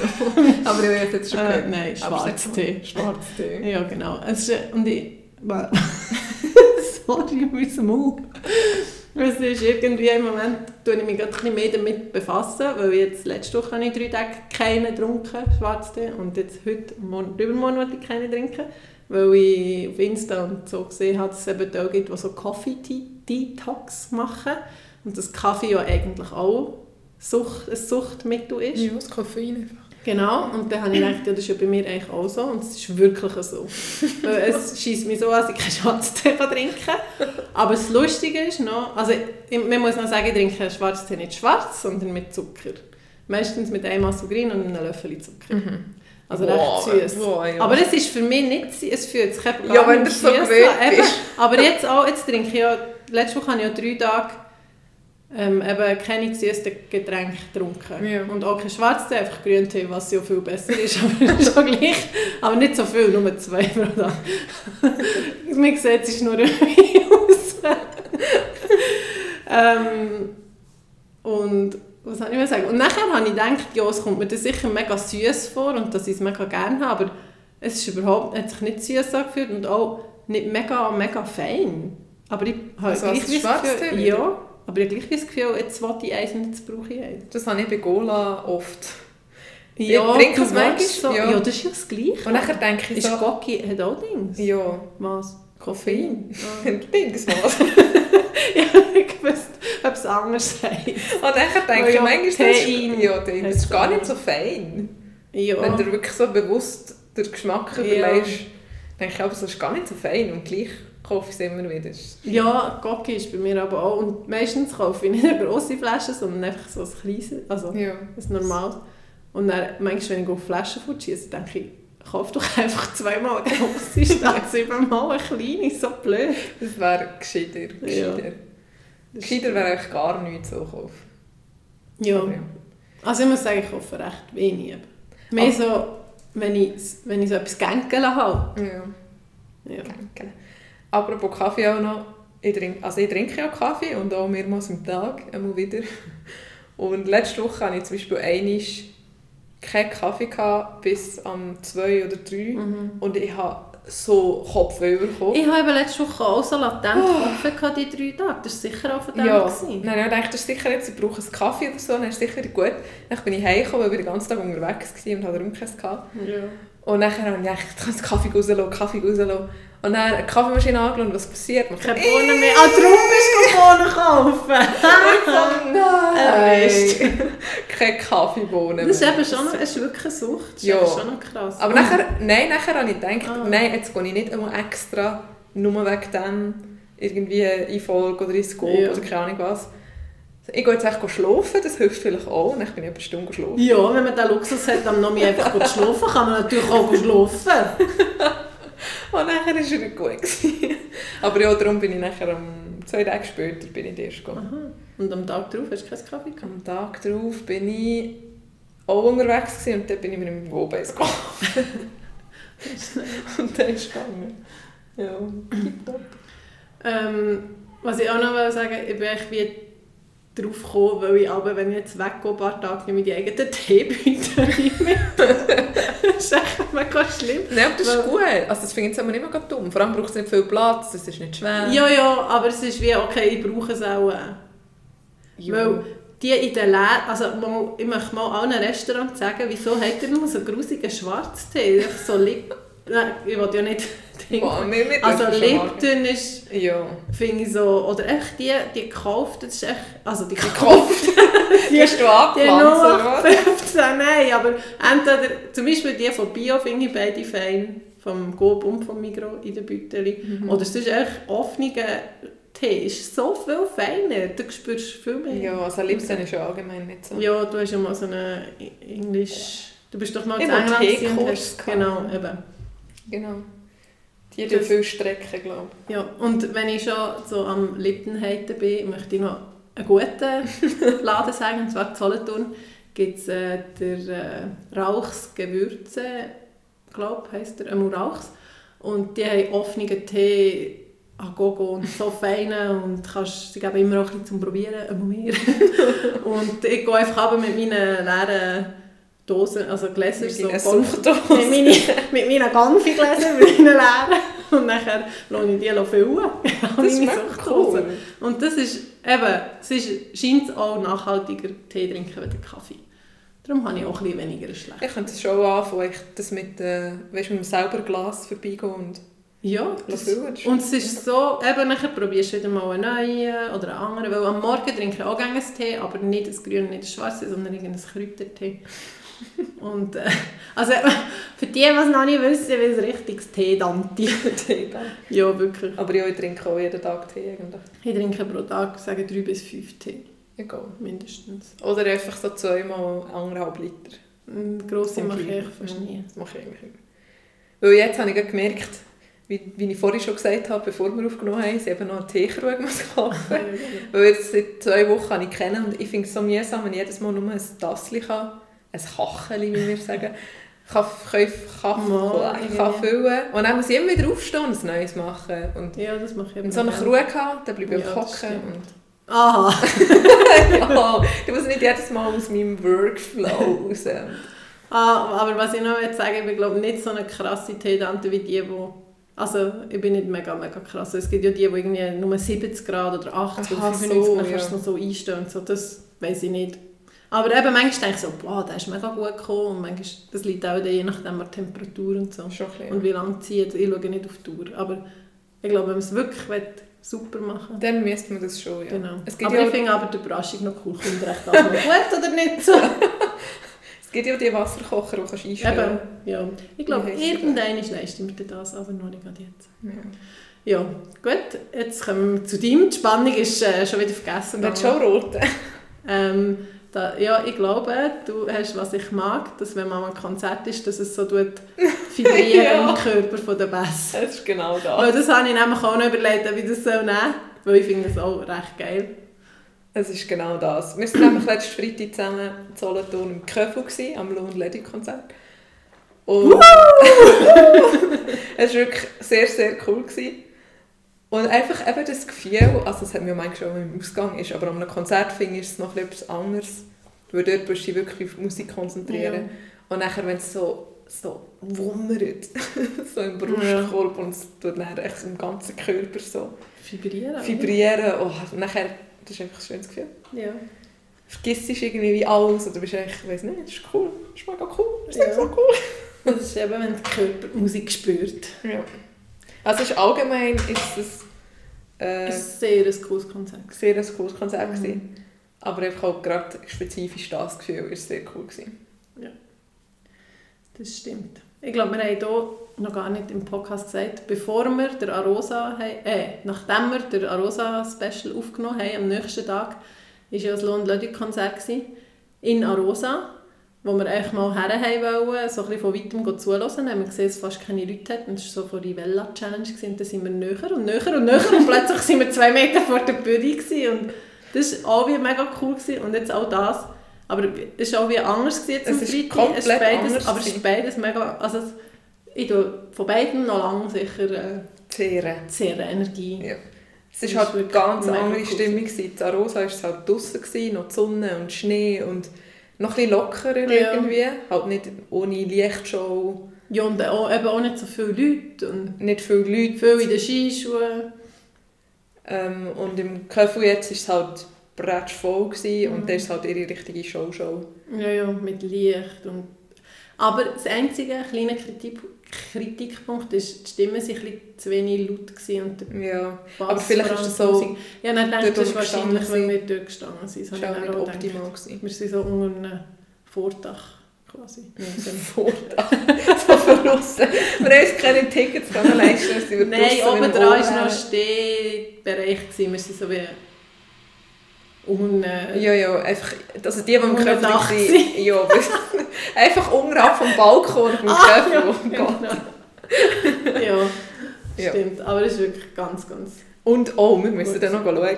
A: Aber ich habe es jetzt schon
C: Äh,
A: gehört.
C: nein,
A: Aber
C: Schwarztee.
A: Schwarztee.
C: Ja, genau. Es ist, und ich... wa- Sorry, mein Mund. Es ist irgendwie im Moment, tue ich mich gerade ein bisschen mehr damit befassen, weil ich jetzt letzte Woche habe ich drei Tage keinen getrunken, Schwarztee, und jetzt heute, morgen, übermorgen wollte ich keinen trinken, weil ich auf Insta und so gesehen habe, dass es eben Leute gibt, die so Coffee-Detox machen und dass Kaffee ja eigentlich auch Sucht, ein Suchtmittel ist.
A: Ja, das Koffein einfach.
C: Genau, und dann habe ich gedacht, ja, das ist ja bei mir eigentlich auch so und es ist wirklich so. Weil es schießt mich so an, dass ich keinen Schwarztee kann trinken kann. Aber das Lustige ist noch, also ich- man muss noch sagen, ich trinke Schwarztee nicht schwarz, sondern mit Zucker. Meistens mit einem Masogrin und einem Löffel Zucker. Also recht süß.
A: Wow, Mhm. ja.
C: Aber es ist für mich nicht süß, es fühlt sich eben gar
A: Ja, wenn
C: nicht
A: du so
C: süss
A: gewöhnt
C: an. Eben,
A: bist.
C: Aber jetzt auch, jetzt trinke ich ja, letzte Woche habe ich ja drei Tage ähm, eben keine süßen Getränke getrunken.
A: Ja.
C: Und auch kein Schwarztee, einfach Grüntee, was ja viel besser ist, aber schon gleich. Aber nicht so viel, nur zwei pro Tag. Man sieht, es ist nur irgendwie aus. ähm, und was soll ich mal sagen? Und nachher habe ich gedacht, ja, es kommt mir das sicher mega süß vor und dass ich es mega gerne habe, aber es ist überhaupt, hat sich nicht süß angefühlt und auch nicht mega, mega fein. Aber ich habe
A: Also
C: gleich
A: als
C: wie das
A: Schwarztee
C: Gefühl,
A: wieder?
C: ja, aber ich habe gleich wie das Gefühl, jetzt will ich eins und jetzt brauche ich eins.
A: Das habe ich bei Gola oft. Ich
C: Ja,
A: trinke
C: du
A: es manchmal,
C: willst so,
A: ja.
C: ja. das ist ja das Gleiche.
A: Und nachher denke ich
C: ist
A: so,
C: Gocki, hat auch Dings.
A: ja,
C: Was?
A: Koffein.
C: Ah.
A: Dings was.
C: ja, ich wüsste, ob es anders heißt.
A: Und nachher
C: Ja,
A: denke ich
C: Oh ja,
A: manchmal, das
C: Tein.
A: ist, ja, Tein, das ist gar nicht so fein.
C: Ja.
A: Wenn du wirklich so bewusst den Geschmack
C: Ja.
A: überlegst, denke ich aber, das ist gar nicht so fein. Und gleich kaufe ich es immer wieder. Das ist-
C: Ja, Gocki ist bei mir aber auch. Und meistens kaufe ich nicht eine grosse Flasche, sondern einfach so ein kleines, also ein
A: Ja.
C: normales. Und dann, manchmal, wenn ich auf Flaschen fortschieße, denke ich, kauf doch einfach zweimal eine grosse statt siebenmal eine kleine, so blöd.
A: Das wäre gescheiter.
C: Ja.
A: Gescheiter, gescheiter wäre eigentlich gar nichts so kaufen.
C: Ja.
A: Aber ja.
C: Also ich muss sagen, ich kaufe recht wenig. eben. Mehr
A: Ah.
C: so, wenn ich, wenn ich so etwas gänkeln habe.
A: ja.
C: Ja.
A: denken. Apropos Kaffee auch noch. Ich trinke, also ich trinke ja Kaffee und auch mehrmals am Tag, einmal wieder. Und letzte Woche hatte ich zum Beispiel einmal keinen Kaffee gehabt, bis am 2 oder 3
C: Mhm.
A: und ich habe so Kopfweh bekommen.
C: Ich habe eben letzte Woche auch so latent offen gehabt, die drei Tage. Das war sicher auch von dem.
A: Oh. ja,
C: gewesen.
A: nein, ich dachte, das ist sicher jetzt, ich brauche einen Kaffee oder so, dann ist es sicher wieder gut. Dann bin ich heimgekommen, weil ich den ganzen Tag unterwegs war und habe darum keinen gehabt.
C: Ja.
A: Und nachher habe ich gedacht, ich kann den Kaffee rauslassen, Kaffee rauslassen. Und dann eine Kaffeemaschine angeschaut und was passiert? Man
C: Keine Bohnen mehr. Ah, darum bist du Bohnen kaufen.
A: Oh
C: Äh,
A: nein! Keine Kaffeebohnen
C: Das ist
A: mehr.
C: eben schon noch, es ist wirklich eine Sucht. Das ist
A: Ja.
C: eben schon noch krass.
A: Aber nachher, nein, nachher habe ich gedacht,
C: Ah.
A: nein, jetzt gehe ich nicht einmal extra nur wegen dem irgendwie in Folge oder in Scope
C: Ja.
A: oder keine Ahnung was. Ich gehe jetzt echt schlafen, das hilft vielleicht auch. Und ich bin ich etwa eine Stunde geschlafen.
C: Ja, wenn man den Luxus hat, am Nomi einfach gut zu schlafen, kann man natürlich auch gut schlafen.
A: Und nachher war es nicht gut. gewesen. Aber ja, darum bin ich nachher am zwei Tage später bin ich erst gegangen.
C: Aha. Und am Tag drauf hast du keinen Kaffee gehabt?
A: Am Tag darauf bin ich auch unterwegs gewesen und dann bin ich mit dem Wohlbeiss gegangen. und dann ist es gegangen. Ja, tipptopp.
C: Ähm, was ich auch noch wollte sagen ich bin echt wie drauf gekommen, weil ich aber, wenn ich jetzt weggehe, ein paar Tage nicht mehr die eigenen Teebeutel mit. das ist echt mega schlimm.
A: Nein, aber das ist
C: Weil-
A: gut. Also das finde ich jetzt aber nicht mehr dumm. Vor allem braucht es nicht viel Platz, es ist nicht schwer.
C: Ja, ja, aber es ist wie, okay, ich brauche es auch. äh,
A: Ja.
C: Weil die in den Läden, also mal, ich möchte mal allen Restaurants sagen, wieso habt ihr nur so grusigen Schwarztee? Ich so lieb. Nein, ich will ja nicht Ding.
A: Boah, wir, wir
C: Also
A: dürfen schon mal-
C: Lipton ist,
A: Ja.
C: finde ich so, oder echt die, die gekauft, das ist echt, also die
A: Gekauft. Die hast
C: Die
A: du angepflanzt, oder?
C: 0815, nein, aber entweder, zum Beispiel die von Bio finde ich beide fein, vom Gob und vom Migro in den Büteli.
A: Mhm.
C: Oder sonst echt offene Tee ist so viel feiner, du spürst viel mehr.
A: Ja, also Lipton ist ja allgemein nicht so.
C: Ja, du hast ja mal so eine Englisch. Du bist doch mal
A: Ich
C: in
A: wollte
C: England gewesen und
A: Teekurs
C: hast-
A: gehabt.
C: Genau, eben.
A: Genau. Die tun
C: Das-
A: viel strecken, glaube
C: Ja, und wenn ich schon so am Lipton-Haten bin, möchte ich noch einen guten Laden sagen, und zwar in Solothurn gibt es äh, der äh, Rauchs Gewürze, glaube ich, heisst der, ähm, Rauchs. Und die haben offenen Tee a gogo und so feine und kannst, sie geben immer auch ein bisschen zum Probieren, ähm, mir. und ich gehe einfach runter mit meinen leeren Dosen, also Gläser,
A: ich. Mit
C: Golf-
A: so
C: mit, meine, mit meinen Ganfi-Gläsern, mit meinen leeren. Und nachher lasse ich die füllen.
A: Das ist wirklich cool.
C: Und das ist eben, es ist, scheint auch nachhaltiger Tee trinken als Kaffee. Darum habe ich auch ein bisschen weniger schlecht.
A: Ich könnte schon anfangen, ich das mit, äh, weißt, mit dem selber Glas vorbeigehen und
C: Ja, das,
A: füllen.
C: und es ist so, eben nachher probierst du wieder mal einen neuen oder einen anderen, weil am Morgen trinke ich auch gerne einen Tee, aber nicht das grüne, nicht das schwarze, sondern irgendeinen Kräutertee. Und äh, also für die, die es noch nicht wissen, wie ein richtiges Tee-Dante. Ja, wirklich.
A: Aber ja, ich trinke auch jeden Tag Tee eigentlich.
C: Ich trinke pro Tag sagen 3 bis 5 Tee,
A: Egal.
C: mindestens.
A: Oder einfach so zweimal anderthalb Liter.
C: Eine grosse
A: Und
C: mache ich
A: klein.
C: fast
A: Mhm.
C: nie.
A: Das mache ich eigentlich immer. Weil jetzt habe ich gerade gemerkt, wie, wie ich vorhin schon gesagt habe, bevor wir aufgenommen haben, dass ich eben noch einen Teekrug muss kaufen Weil jetzt seit zwei Wochen habe ich kennen und ich finde es so mühsam, wenn ich jedes Mal nur ein Tassli kann, ein Kacheli, wie wir sagen, kann, kann,
C: Mal,
A: kann,
C: ja.
A: kann füllen. Und dann muss ich immer wieder aufstehen und ein neues machen. Und
C: ja, das mache ich
A: wenn
C: eben
A: ich so eine
C: gerne.
A: Ruhe habe, dann bleibe ich
C: Ja, das
A: ja, hocken.
C: stimmt.
A: Und
C: Aha,
A: ja, ich muss nicht jedes Mal aus meinem Workflow raus.
C: ah, aber was ich noch möchte sagen ich bin glaube nicht so eine krasse Tee-Dante wie die, die... Also, ich bin nicht mega, mega krass. Es gibt ja die, die irgendwie nur 70 Grad oder 80
A: Aha,
C: oder 95,
A: so,
C: dann kannst du
A: ja.
C: noch so einstellen und so, das weiß ich nicht. Aber eben, manchmal denke ich so, boah, der ist mega gut gekommen und manchmal, das liegt auch dann je nachdem an der Temperatur und so.
A: Schon ein bisschen.
C: Und wie lange zieht, ich schaue nicht auf die Uhr. Aber ich glaube, wenn man es wirklich will, super machen will,
A: Dann müsste man das schon, ja.
C: genau.
A: Es gibt
C: aber
A: ja
C: ich
A: auch-
C: finde aber die Überraschung noch cool, kommt recht an, ob man gut oder nicht so.
A: Es gibt ja auch die Wasserkocher, die kannst du einstellen
C: Eben, ja. Ich glaube,
A: Wie heisst die
C: irgendeiner leistet mir das, aber noch nicht gerade jetzt. Ja,
A: Ja.
C: gut, jetzt kommen wir zu deinem. Die Spannung ist äh, schon wieder vergessen.
A: Und dann schon rot.
C: Ähm, da, ja, ich glaube, du hast, was ich mag, dass wenn man am Konzert ist, dass es so tut vibrieren
A: Ja.
C: im Körper von der Bass.
A: Das ist genau das.
C: Weil das habe ich nämlich auch noch überlegt, wie das soll nehmen soll, weil ich finde das auch recht geil.
A: Es ist genau das. Wir waren nämlich letzten Freitag zusammen in Solothurn im Köffel, gewesen, am Lohn Lady Konzert. Und es war wirklich sehr, sehr cool. Gewesen. Und einfach eben das Gefühl, also das hat mir manchmal schon im Ausgang ist, aber an einem Konzert finde ich ist es noch etwas anderes, weil dort musst du dich wirklich auf die Musik konzentrieren. Und nachher, wenn es so, so wummert, so im Brustkorb und es tut dann echt im ganzen Körper so
C: Vibrieren. oder?
A: vibrieren, oh, nachher, das ist einfach ein schönes Gefühl
C: Ja.
A: vergisst irgendwie wie alles oder bist echt, ich weiß nicht, das ist cool, das ist mega cool, das ist
C: Ja.
A: so cool.
C: Das ist eben, wenn der Körper Musik spürt.
A: Ja. Also es ist allgemein ist es äh,
C: Das ist sehr ein cooles Konzert.
A: sehr ein cooles Konzert
C: Mhm.
A: gewesen. aber einfach auch gerade spezifisch das Gefühl ist sehr cool gewesen.
C: Das stimmt. Ich glaube, wir haben hier noch gar nicht im Podcast gesagt, bevor wir der Arosa, haben- äh, nachdem wir der Arosa-Special aufgenommen haben, am nächsten Tag, war ja das Lohn Lödig Konzert gewesen, in Arosa, wo wir eigentlich mal her haben wollen, so ein bisschen von weitem gehen zuhören, haben wir gesehen, dass es fast keine Leute hat, und es war so von Rivella Challenge, gewesen. und dann sind wir näher und näher und näher, und plötzlich sind wir zwei Meter vor der Bühne gewesen, und das war auch wie mega cool gewesen, und jetzt auch das, aber es war auch wie anders gewesen,
A: Es
C: zum
A: ist
C: Freitag.
A: komplett
C: war beides,
A: anders
C: aber es ist
A: gewesen.
C: beides mega, also es- ich tue von beiden noch lange sicher äh,
A: Sehr.
C: sehr Energie.
A: Ja. Es ist
C: Das ist
A: halt eine
C: wirklich
A: ganz
C: mega
A: andere
C: cool
A: Stimmung gewesen. In Arosa war es halt draussen, gewesen, noch die Sonne und Schnee und noch ein bisschen lockerer
C: Ja.
A: irgendwie. Halt nicht ohne Lichtshow,
C: Ja, und auch, eben auch nicht so viele Leute und
A: nicht viele Leute.
C: viel in den Skischuhen.
A: Ähm, und im Köffel jetzt war es halt bretschvoll gewesen
C: Mhm.
A: und das ist halt ihre richtige Show-Show.
C: Ja, ja, mit Licht und... Aber das einzige kleine Kritik, Kritikpunkt ist, die Stimmen waren ein bisschen zu wenig laut gewesen und der
A: Ja.
C: Bass
A: Aber vielleicht
C: vor
A: ist
C: allem
A: das so-
C: die Musik. Ja, dann denke ich, das ist
A: dort, wo wir
C: wahrscheinlich, weil
A: gestanden
C: wir dort gestanden sind.
A: Das
C: Das
A: war
C: habe
A: auch
C: ich
A: nicht
C: dann auch gedacht.
A: optimal. gewesen.
C: Wir sind so unter einem Vordach quasi.
A: Wir sind Vordach. so von außen. Wir haben uns keine Tickets können leisten dass wir
C: Nein,
A: draussen
C: oben
A: im
C: dran
A: Ohr
C: war noch
A: wären.
C: ein Stehbereich. gewesen. Wir sind so wie unten... äh,
A: Ja, ja, einfach, also die, die im
C: Unter
A: Köpfchen
C: Dach
A: waren, ja, einfach unten vom Balkon vom
C: Ah,
A: Köpfchen.
C: ja,
A: Oh Gott.
C: genau. ja,
A: Ja.
C: stimmt. Aber es ist wirklich ganz, ganz...
A: Und oh, wir müssen
C: Gut.
A: dann noch schauen,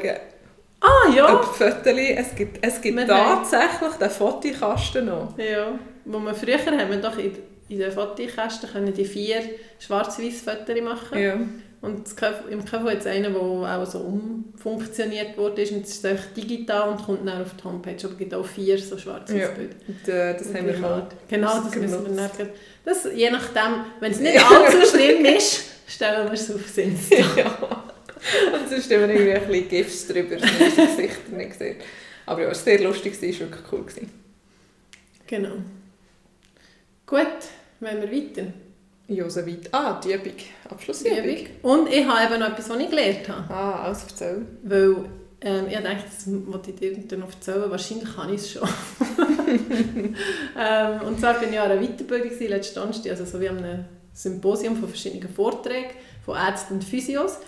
C: Ah, ja!
A: ob Fotos, es gibt, es gibt
C: Wir
A: tatsächlich den Fotokasten noch.
C: Ja, wo wir früher haben wir doch in, in den Fotokästen können die vier schwarz-weiß Fotos machen.
A: Ja.
C: Und das Köf- im Köffel hat es einen, der auch so umfunktioniert wurde. Und es ist einfach digital und kommt dann auf die Homepage. Aber es gibt auch vier so schwarz-weiß
A: Ja,
C: Bilder.
A: Und, äh, das haben wir mal.
C: Genau, das müssen wir
A: genutzt.
C: dann. Das, je nachdem, wenn es nicht
A: Ja.
C: allzu schlimm ist, stellen wir es auf Insta.
A: ja. Und sonst haben wir irgendwie ein bisschen GIFs drüber, dass man unsere Gesichter nicht sieht. Aber ja, es war sehr lustig, es war wirklich cool. Gewesen.
C: Genau. Gut, wollen wir weiter?
A: Ja, soweit. Ah, die Übung. Abschlussübung.
C: Übung. Und ich habe eben noch etwas, was ich gelernt habe.
A: Ah, alles erzähl.
C: Weil ähm, ich dachte, das wollte ich dir dann noch erzählen, wahrscheinlich kann ich es schon. ähm, und zwar bin ich an einer Weiterbildung gewesen, letzten Donnerstag, also so wie an einem Symposium von verschiedenen Vorträgen von Ärzten und Physios.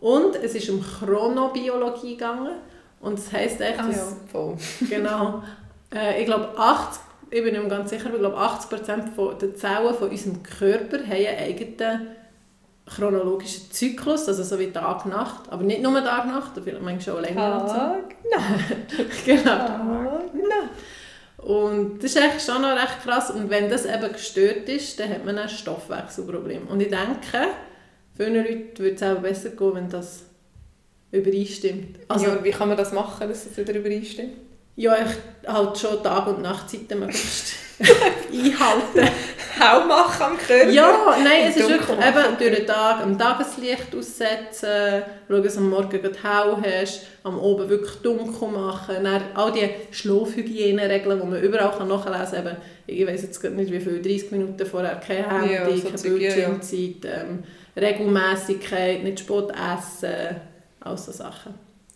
C: Und es ist um Chronobiologie gegangen. Und das heisst eigentlich,
A: Ah,
C: dass
A: ja. Voll.
C: genau. Äh, ich glaube, 80, ich bin nicht mehr ganz sicher, aber ich glaube, 80% von der Zellen von unserem Körper haben einen eigenen chronologischen Zyklus, also so wie Tag-Nacht, aber nicht nur Tag-Nacht, vielleicht manchmal auch länger. und so.
A: Tag, Nacht,
C: Genau.
A: Tag.
C: Und das ist eigentlich schon noch recht krass. Und wenn das eben gestört ist, dann hat man ein Stoffwechselproblem. Und ich denke, vielen Leuten würde es auch besser gehen, wenn das übereinstimmt.
A: Also,
C: Also,
A: ja, wie kann man das machen, dass es wieder übereinstimmt?
C: Ja, ich halt schon Tag- und Nachtzeiten möglichst einhalten.
A: Hau machen am Körper.
C: ja, nein, es ist
A: Dunkel
C: wirklich
A: machen.
C: eben durch den Tag am Tageslicht aussetzen, schauen, dass du am Morgen gut hell hast, am Oben wirklich dunkel machen, dann all die Schlafhygieneregeln, die man überall kann nachlesen kann. Eben, Ich weiß jetzt gerade nicht, wie viel, 30 Minuten vorher kein Handy,
A: Ja, so
C: keine
A: Zeug, ja, ja.
C: Bildschirmzeit, ähm, Regelmäßigkeit, nicht spät essen, all so Sachen.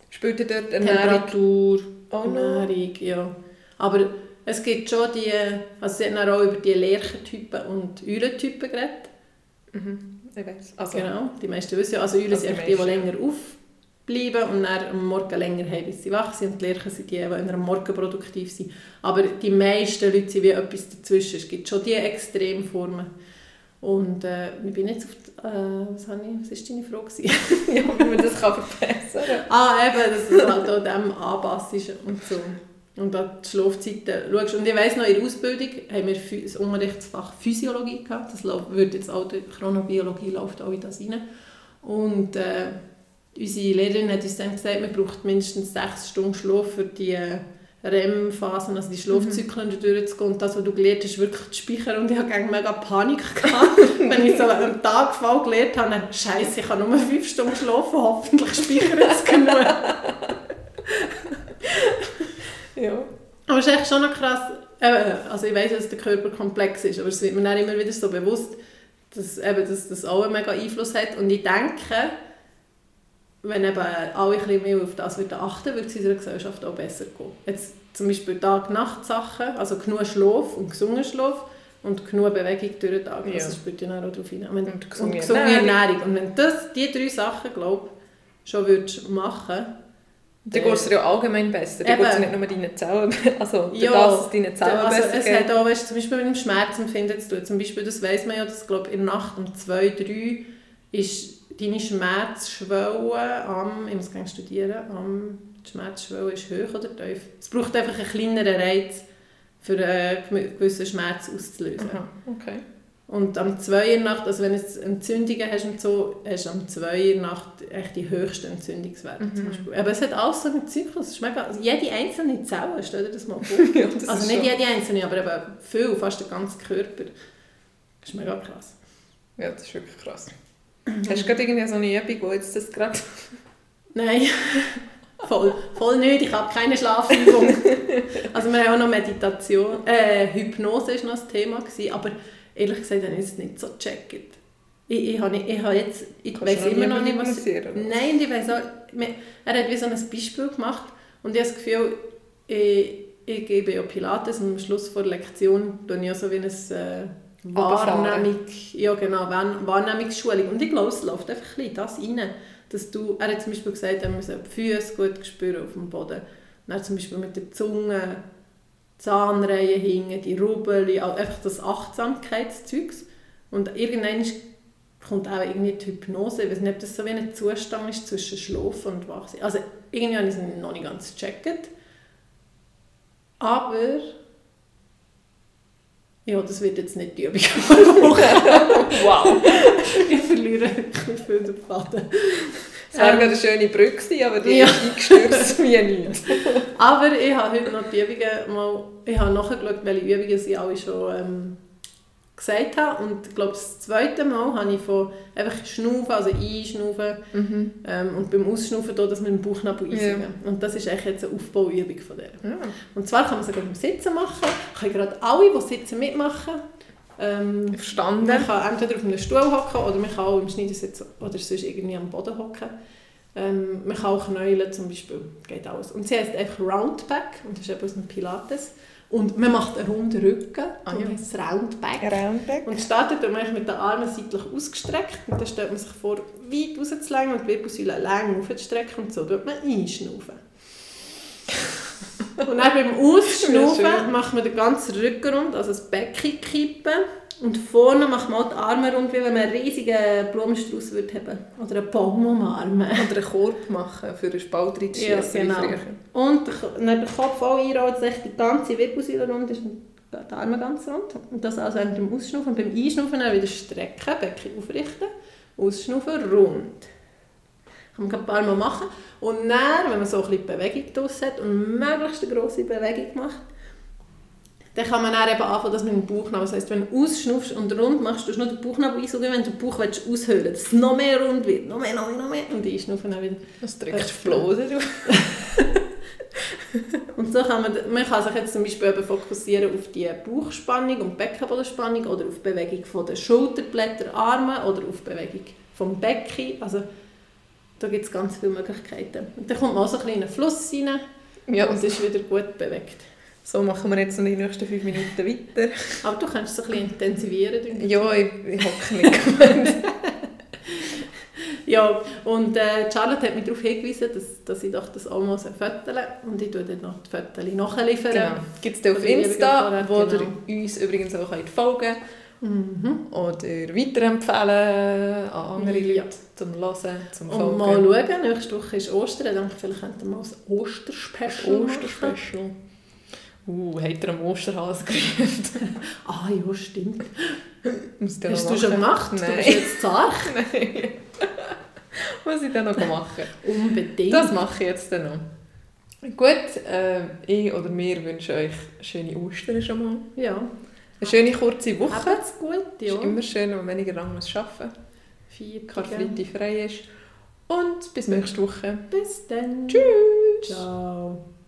A: Spielt ihr dort Ernährung?
C: Temperatur.
A: Oh nein.
C: Ernährung, ja. Aber es gibt schon die, also sie hat dann auch über die Lerchentypen und Eulentypen geredet.
A: Mhm. Ich weiß. Also,
C: Genau, die meisten wissen ja. Also Eulen
A: Also
C: sind
A: die
C: einfach die, die
A: meisten,
C: länger aufbleiben und dann am Morgen länger haben, bis sie wach sind. Und die Lerchen sind die, die eher am Morgen produktiv sind. Aber die meisten Leute sind wie etwas dazwischen. Es gibt schon die Extremformen. Und äh, ich bin jetzt auf die, äh, was, habe ich, was ist deine Frage? gewesen?
A: ja, wenn man das kann verbessern kann.
C: Ah, eben, dass du halt auch dem anpassst und so. Und auch die Schlafzeiten schaust. Und ich weiss noch, in der Ausbildung haben wir Phy- das Unterrichtsfach Physiologie gehabt. Das lau- wird jetzt auch, die Chronobiologie läuft auch in das rein. Und äh, unsere Lehrerin hat uns dann gesagt, man braucht mindestens sechs Stunden Schlaf für die äh, REM-Phasen, also die Schlafzyklen durchzugehen. Und das, was du gelernt hast, wirklich zu speichern. Und ich hatte gegen mega Panik, gehabt, wenn ich so am Tag voll gelernt habe. dann, Scheiße, ich habe nur fünf Stunden geschlafen, hoffentlich speichere ich es genug.
A: Ja.
C: Aber es ist echt schon noch krass, äh, also ich weiß, dass der Körper komplex ist, aber es wird mir dann immer wieder so bewusst, dass, eben, dass das auch einen mega Einfluss hat. Und ich denke, wenn eben alle ein bisschen mehr auf das würden achten, würde es unserer Gesellschaft auch besser gehen. Jetzt zum Beispiel Tag-Nacht-Sachen, also genug Schlaf und gesunden Schlaf und genug Bewegung durch den Tag.
A: Ja.
C: Also das spielt ja dann auch darauf hin. Und, wenn,
A: Und
C: und
A: gesunde
C: gesunde,
A: Ernährung.
C: Ernährung. Und wenn das, die drei Sachen, glaube ich, schon würdest machen
A: Dann geht es dir ja allgemein besser. Dann
C: Eben.
A: geht es nicht nur deinen Zellen, also durch
C: Ja.
A: das, dass deinen Zellen
C: Ja, also
A: besser
C: es
A: geht.
C: hat auch, weißt, zum Beispiel mit dem Schmerzempfinden zu tun. Zum Beispiel, das weiss man ja, dass glaub, in der Nacht um 2, 3 ist deine Schmerzschwelle am, ich muss gerne studieren, am, die Schmerzschwelle ist hoch oder tief. Es braucht einfach einen kleineren Reiz, für einen gemi- gewissen Schmerz auszulösen.
A: Aha, okay.
C: Und am 2 in der Nacht, also wenn du jetzt Entzündungen hast und so, hast du am 2 in der Nacht echt die höchsten Entzündungswerte zum
A: Mhm.
C: Beispiel. Aber es hat alles so einen Zyklus. Es ist mega, also jede einzelne Zelle, stell dir das mal vor.
A: Ja, das
C: Also
A: ist
C: nicht
A: schon-
C: jede einzelne, aber eben viel, fast der ganze Körper. Das ist mega krass.
A: Ja, das ist wirklich krass.
C: Mhm.
A: Hast du gerade irgendwie so eine Übung, wo jetzt das gerade...
C: Nein, voll, voll nicht, ich habe keine Schlafübung. also wir haben auch noch Meditation, äh, Hypnose war noch ein Thema, gewesen, aber ehrlich gesagt habe ich es nicht so gecheckt. Ich, ich, habe, nicht- ich habe jetzt, ich
A: Kannst du
C: weiß immer noch nicht, was...
A: analysieren, oder?
C: Nein, und ich weiß auch, mir- er hat wie so ein Beispiel gemacht und ich habe das Gefühl, ich, ich gebe ja Pilates und am Schluss vor der Lektion tue ich ja so wie ein... Äh,
A: Runterfahren.
C: Wahrnehmung, ja genau, Wahr- Wahrnehmungsschulung. Und ich glaube, es läuft einfach ein bisschen das rein, dass du, er hat zum Beispiel gesagt, er muss die Füße gut spüren auf dem Boden. Und er zum Beispiel mit der Zunge, Zahnreihe hingen, die Rubeli, all- einfach das Achtsamkeitszeugs. Und irgendwann kommt auch irgendwie die Hypnose, ich weiß nicht, ob das so wie ein Zustand ist zwischen Schlaf und Wachsein. Also irgendwie habe ich es noch nicht ganz gecheckt. Aber ja, das wird jetzt nicht die Übung
A: Wow!
C: Ich verliere ein bisschen viel den Faden.
A: Es wäre
C: Ähm.
A: gerade eine schöne Brücke gewesen, aber die
C: Ja.
A: ist eingestürzt wie nichts.
C: Aber ich habe heute noch die Übungen mal... Ich habe nachgeschaut, welche Übungen sie alle schon ähm, gesagt haben. Und ich glaube, das zweite Mal habe ich von einfach Schnaufen, also Einschnaufen
A: Mhm.
C: ähm, und beim Ausschnaufen da, dass wir den Bauchnabel einsingen. Und das ist eigentlich jetzt eine Aufbauübung von der.
A: Ja.
C: Und zwar kann man sie gerade im Sitzen machen. Können gerade alle, die sitzen, mitmachen. Ähm,
A: Verstanden.
C: Man kann entweder auf einem Stuhl hocken oder man kann auch im Schneidersitz oder sonst irgendwie am Boden hocken. Ähm, man kann auch knäulen zum Beispiel, geht alles. Und sie heisst einfach Roundback und das ist eben aus dem Pilates. Und man macht einen runden Rücken,
A: Ah,
C: darum
A: ja.
C: heisst es Roundback.
A: Roundback.
C: Und startet man eigentlich mit den Armen seitlich ausgestreckt und dann stellt man sich vor, weit rauszulängen und die Wirbelsäule lang aufzustrecken und so tut man einschnaufen. und dann beim
A: Ja,
C: Ausschnaufen
A: schön.
C: macht man den ganzen Rücken rund, also das Becken kippen und vorne macht man auch die Arme rund, wie wenn man einen riesigen Blumenstrauß würde haben oder einen Baum um den Arm.
A: Oder einen Korb machen, für einen Spalt reinzuschießen.
C: Ja, genau. Und der Ko- dann den Kopf auch einrollen, dass echt die ganze Wirbelsäule rund ist und die Arme ganz rund. Und das also während dem Ausschnaufen. Und beim Einschnaufen dann wieder strecken, Becken aufrichten, ausschnaufen, rund. Kann man gerade ein paar Mal machen. Und dann, wenn man so ein bisschen Bewegung draus hat und möglichst eine grosse Bewegung macht, dann kann man dann eben anfangen, dass mit dem Bauchnabel, das heisst, wenn du ausschnaufst und rund machst, tust du nur den Bauchnabel einsuchen, wenn du den Bauch willst, aushöhlen willst, dass es noch mehr rund wird, noch mehr, noch mehr, noch mehr. Und einschnaufen dann wieder.
A: Das drückt Floden auf.
C: Und so kann man, man kann sich jetzt zum Beispiel eben fokussieren auf die Bauchspannung und Beckenbodenspannung oder auf die Bewegung von der Schulterblätter, Arme oder auf die Bewegung vom Becken. Also da gibt es ganz viele Möglichkeiten. Und dann kommt man auch so ein bisschen in einen Fluss rein
A: Ja,
C: und es ist wieder gut bewegt.
A: so machen wir jetzt noch die nächsten fünf Minuten weiter.
C: Aber du kannst es ein bisschen intensivieren. denke ich.
A: Ja, ich, ich hocke nicht.
C: Ja, und äh, Charlotte hat mich darauf hingewiesen, dass, dass ich doch das auch mal föteln soll. Und ich tue dann noch die Fotos nachliefern.
A: genau. Gibt es auf
C: Oder die
A: Insta,
C: Lieblingsvorrat,
A: wo
C: Also, genau.
A: ihr uns übrigens auch könnt folgen
C: Mhm.
A: könnt. Oder weiterempfehlen an andere
C: Ja.
A: Leute zum Hören, zum
C: Und
A: Folgen.
C: mal schauen, nächste Woche ist Ostern, dann vielleicht könnten wir mal ein Osterspecial machen.
A: Osterspecial. Uh, hat er am Osterhals gerufen?
C: Ah ja, stimmt.
A: Muss ich
C: Hast
A: noch
C: du schon
A: machen?
C: gemacht? Du bist
A: Nein.
C: jetzt zart.
A: Nein. Muss ich dann noch machen?
C: Unbedingt.
A: Das mache ich jetzt dann noch. Gut, äh, ich oder wir wünschen euch schöne Ostern schon mal.
C: ja.
A: Eine schöne kurze Woche.
C: Habt's gut,
A: Es ist
C: ja.
A: immer schön, wenn man weniger lange muss arbeiten muss.
C: Vier
A: Karfreitag frei ist. Und bis nächste Woche.
C: Bis dann.
A: Tschüss!
C: Ciao.